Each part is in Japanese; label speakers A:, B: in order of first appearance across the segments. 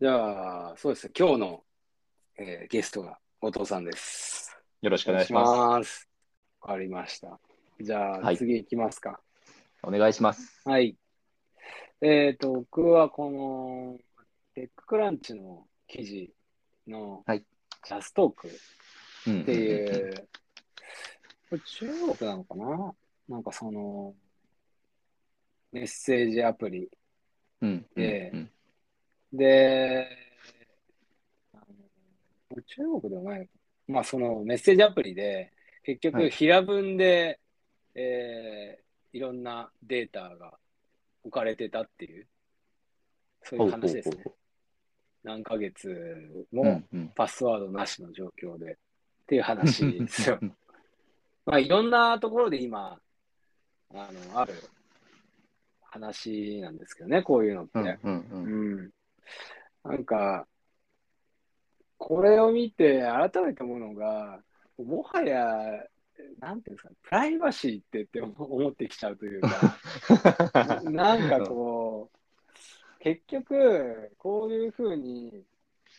A: じゃあ、そうですね。今日の、えーゲストが後藤さんです。
B: よろしくお願いします。
A: お願いします。わかりました。じゃあ、
B: はい
A: 次行きますか。
B: お願いします。
A: はい。えっ、と、僕はこの、テッククランチの記事の、
B: はい
A: ジャストーク
B: うん
A: っていう、これ中国なのかななんかその、メッセージアプリ
B: うんうん
A: で
B: うん
A: で、あの中国ではないのかまあそのメッセージアプリで、結
B: は
A: 局
B: い
A: 平文で、い、えーいろんなデータが置かれてたっていう、そういう話ですね。何ヶ月
B: ほうほうほう
A: も
B: うんうん
A: パスワードなしの状況でっていう話です よ。まあいろんなところで今、あの、ある話なんですけどね、こういうのって。
B: うんうんうん
A: うんなんか、これを見て改めて思うのが、もはや、なんていうんですかね、プライバシーってって思思ってきちゃうという か、なんかこう、結局、こういうふうに、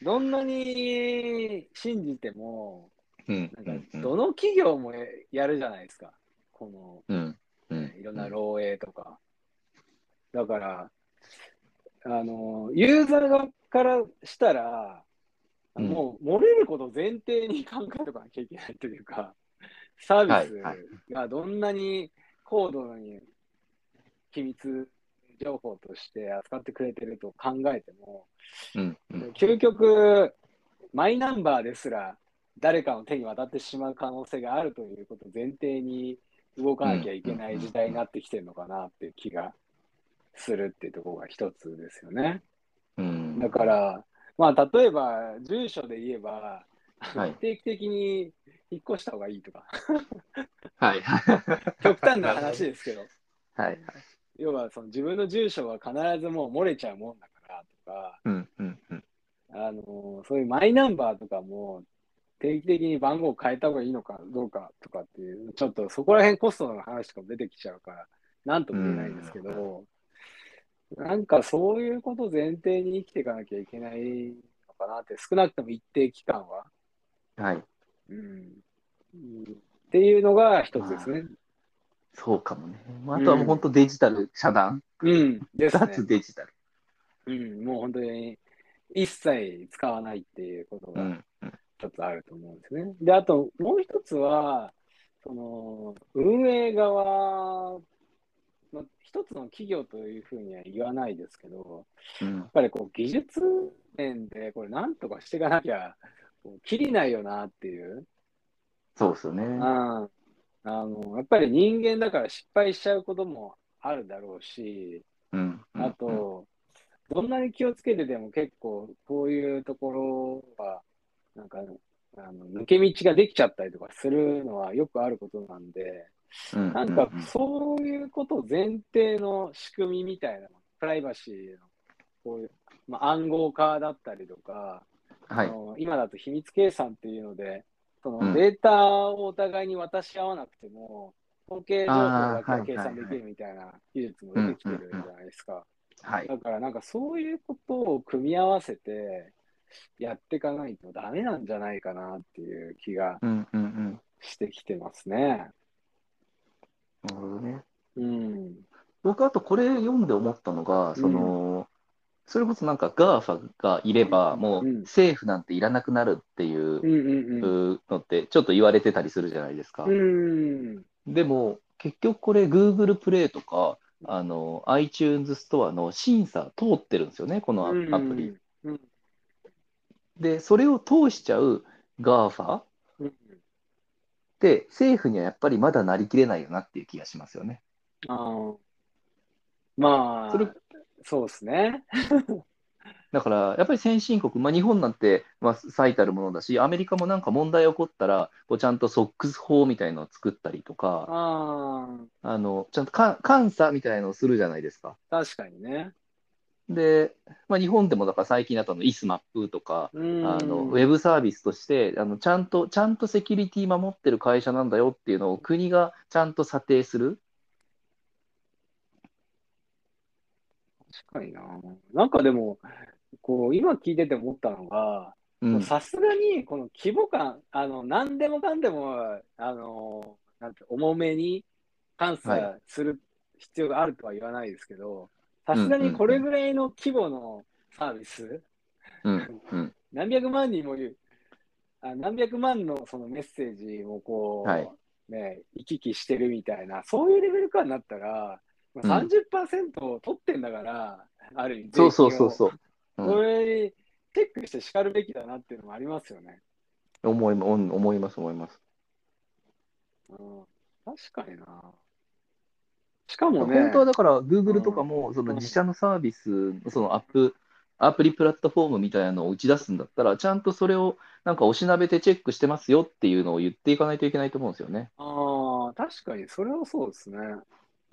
A: どんなに信じても、
B: うんう
A: なん
B: ん
A: か
B: うん
A: どの企業もややるじゃないですか、この
B: うんう
A: ね
B: ん
A: いろんな漏洩とか。だから、あの、ユーザー側からしたら、
B: うん
A: もう漏れることを前提に考えとかなきゃいけないというか、サービ
B: はいはい
A: スがどんなに高度に機密情報として扱ってくれてると考えても、
B: うんうん
A: 究極、マイナンバーですら誰かの手に渡ってしまう可能性があるということを前提に動かなきゃいけない時代になってきてるのかなっていう気がするっていうところが一つですよね。
B: うん
A: だから、まあ、例えば、住所で言えば、
B: はい
A: 定期的に引っ越した方がいいとか、
B: はい
A: 極端な話です けど、
B: はいはい
A: 要はその自分の住所は必ずもう漏れちゃうもんだからとか、
B: うんうんうん
A: あのそういうマイナンバーとかも定期的に番号を変えた方がいいのかどうかとかっていう、ちょっとそこら辺コストの話とかも出てきちゃうから、なんとも言えないんですけど、なんかそういうことを前提に生きていかなきゃいけないのかなって、少なくとも一定期間は。
B: はい
A: うん、うんっていうのが一つですね。
B: そうかもねあとはもう本当デジタル遮断
A: うん、ですね。
B: 脱デジタル
A: うん、もう本当に一切使わないっていうこと
B: う
A: が。
B: ん
A: 一つあると思うんですね。で、あともう一つは、その運営側の一つの企業というふうには言わないですけど、
B: うん
A: やっぱりこう技術面でこれなんとかしていかなきゃ、こう切りないよなっていう、
B: そうですよね
A: うん、あのやっぱり人間だから失敗しちゃうこともあるだろうし、
B: うんうん
A: あと、どんなに気をつけてでも結構こういうところは、なんかあの抜け道ができちゃったりとかするのはよくあることなんで、
B: うんうん
A: なんかそういうことを前提の仕組みみたいな、プライバシーのこういう、まあ、暗号化だったりとか、
B: は
A: あ
B: い
A: の今だと秘密計算っていうので、そうの
B: ん
A: データをお互いに渡し合わなくても、統計情報だけ
B: あーは
A: はい計算できるみたいな技術も出てきてるじゃないですか。
B: はい
A: だからなんかそういうことを組み合わせてやっていかないとダメなんじゃないかなっていう気が
B: うんうんうん
A: してきてますね。
B: なるほどね。
A: うん。
B: 僕、あとこれ読んで思ったのが、その、それこそなんか GAFA がいれば、も
A: うん
B: う政府なんていらなくなるってい
A: うんう
B: うん
A: うん。
B: のって、ちょっと言われてたりするじゃないですか
A: う。ん。
B: でも、結局これ Google プレイとか、あの、iTunes ストアの審査通ってるんですよね、このアアプリ。。
A: うん。
B: で、それを通しちゃう GAFA っ
A: うん、
B: て、政府にはやっぱりまだなりきれないよなっていう気がしますよね。
A: あーまあ、
B: それ
A: そうですね。
B: だからやっぱり先進国、まあ、日本なんて、まあ、最たるものだし、アメリカもなんか問題起こったら、こうちゃんとソックス法みたいのを作ったりとか、
A: ああ、
B: あのちゃんとか監査みたいのをするじゃないですか。
A: 確かにね。
B: で、まあ、日本でもだから最近だとあの ISMAP とか、
A: うん。
B: あのウェブサービスとしてあのちゃんと、ちゃんとセキュリティ守ってる会社なんだよっていうのを国がちゃんと査定する。
A: 確かにな。なんかでも、ここう、今聞いてて思ったのが、
B: うん、
A: さすがに、この規模感、あの、何でもかんでも、あの、なんて、重めに監
B: は
A: 査する必要があるとは言わないですけど、さすが
B: うんうんう
A: に
B: ん
A: これぐらいの規模のサービス、
B: うん、うん、
A: 何百万人も言う、あ何百万のそのメッセージをこう、
B: はい
A: ね、行き来してるみたいな、そういうレベル感になったら、まあ、
B: うん
A: 30%を取ってんだから、ある意味、
B: そうそうそう
A: う。
B: そう。うん
A: これ、チェックして叱るべきだなっていうのもありますよね。
B: 思いまうん思います、思います。
A: うん、確かにな。しかもね、
B: 本当はだから Google とかもその自社のサービス、そのアップアプリプラットフォームみたいなのを打ち出すんだったら、ちゃんとそれをなんかおしなべてチェックしてますよっていうのを言っていかないといけないと思うんですよね。
A: ああ、確かに、それはそうですね。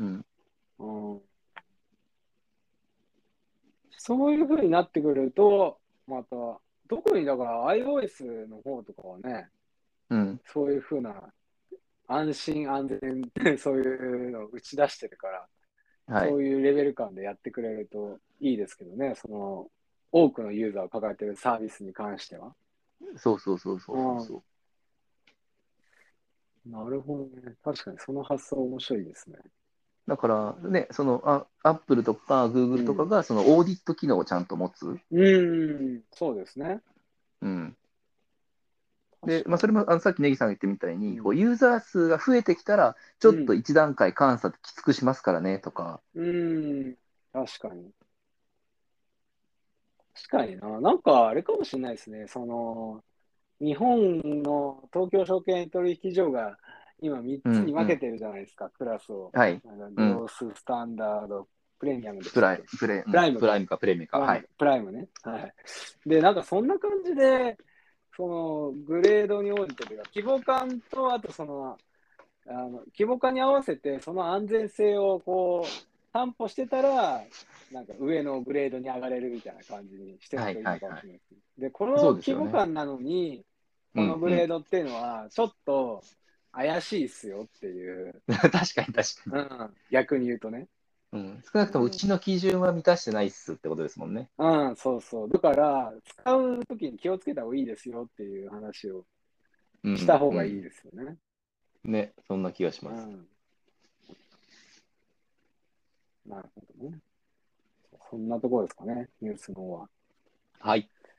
B: うん、
A: うん、そういうふうになってくると、また、特にだから iOS の方とかはね、
B: うん、
A: そういうふうな安心安全って そういうのを打ち出してるから、
B: はい
A: そ。ういうレベル感でやってくれるといいですけどね、その多くのユーザーを抱えてるサービスに関しては。
B: そうそうそうそうそうそう。
A: なるほどね。確かにその発想面白いですね。
B: だからね、そのあアップルとか Google とかがそのオーディット機能をちゃんと持つ。
A: うん、そうですね。
B: うん、で、まあ、それもあのさっきネギさんが言ってみたいに、こうユーザー数が増えてきたら、ちょっと一段階監査きつくしますからねとか、
A: うん、確かに。確かにな。なんかあれかもしれないですね。その、日本の東京証券取引所が今3つに分けてるじゃないですか、クラスを。
B: はい、
A: あのグローススタンダード、プレミアムでした
B: プ
A: っ
B: ラ
A: け
B: イプレ
A: プライム
B: プライムかプレミアムか、はい、
A: プライムね。はい。で、なんかそんな感じで、そのグレードに応じてというか、規模感と、あとその、あの規模感に合わせて、その安全性をこう、担保してたら、なんか上のグレードに上がれるみたいな感じにしてるといいのかもしれないですね。で、この
B: そうです
A: 規
B: よね
A: 模感なのに、このグレードっていうのは、ちょっと怪しいっすよっていう、
B: うんうん 確かに確
A: う
B: かに、
A: ん、逆に言うとね。
B: うん、少なくともうちの基準は満たしてないっすってことですもんね。
A: うん、そうそう。だから、使うときに気をつけた方がいいですよっていう話を
B: うん
A: した方がいいですよね。
B: ね、そんな気がし
A: う
B: ます。
A: ん。なるほどね。そんなところですかね、ニュースの方は。
B: はい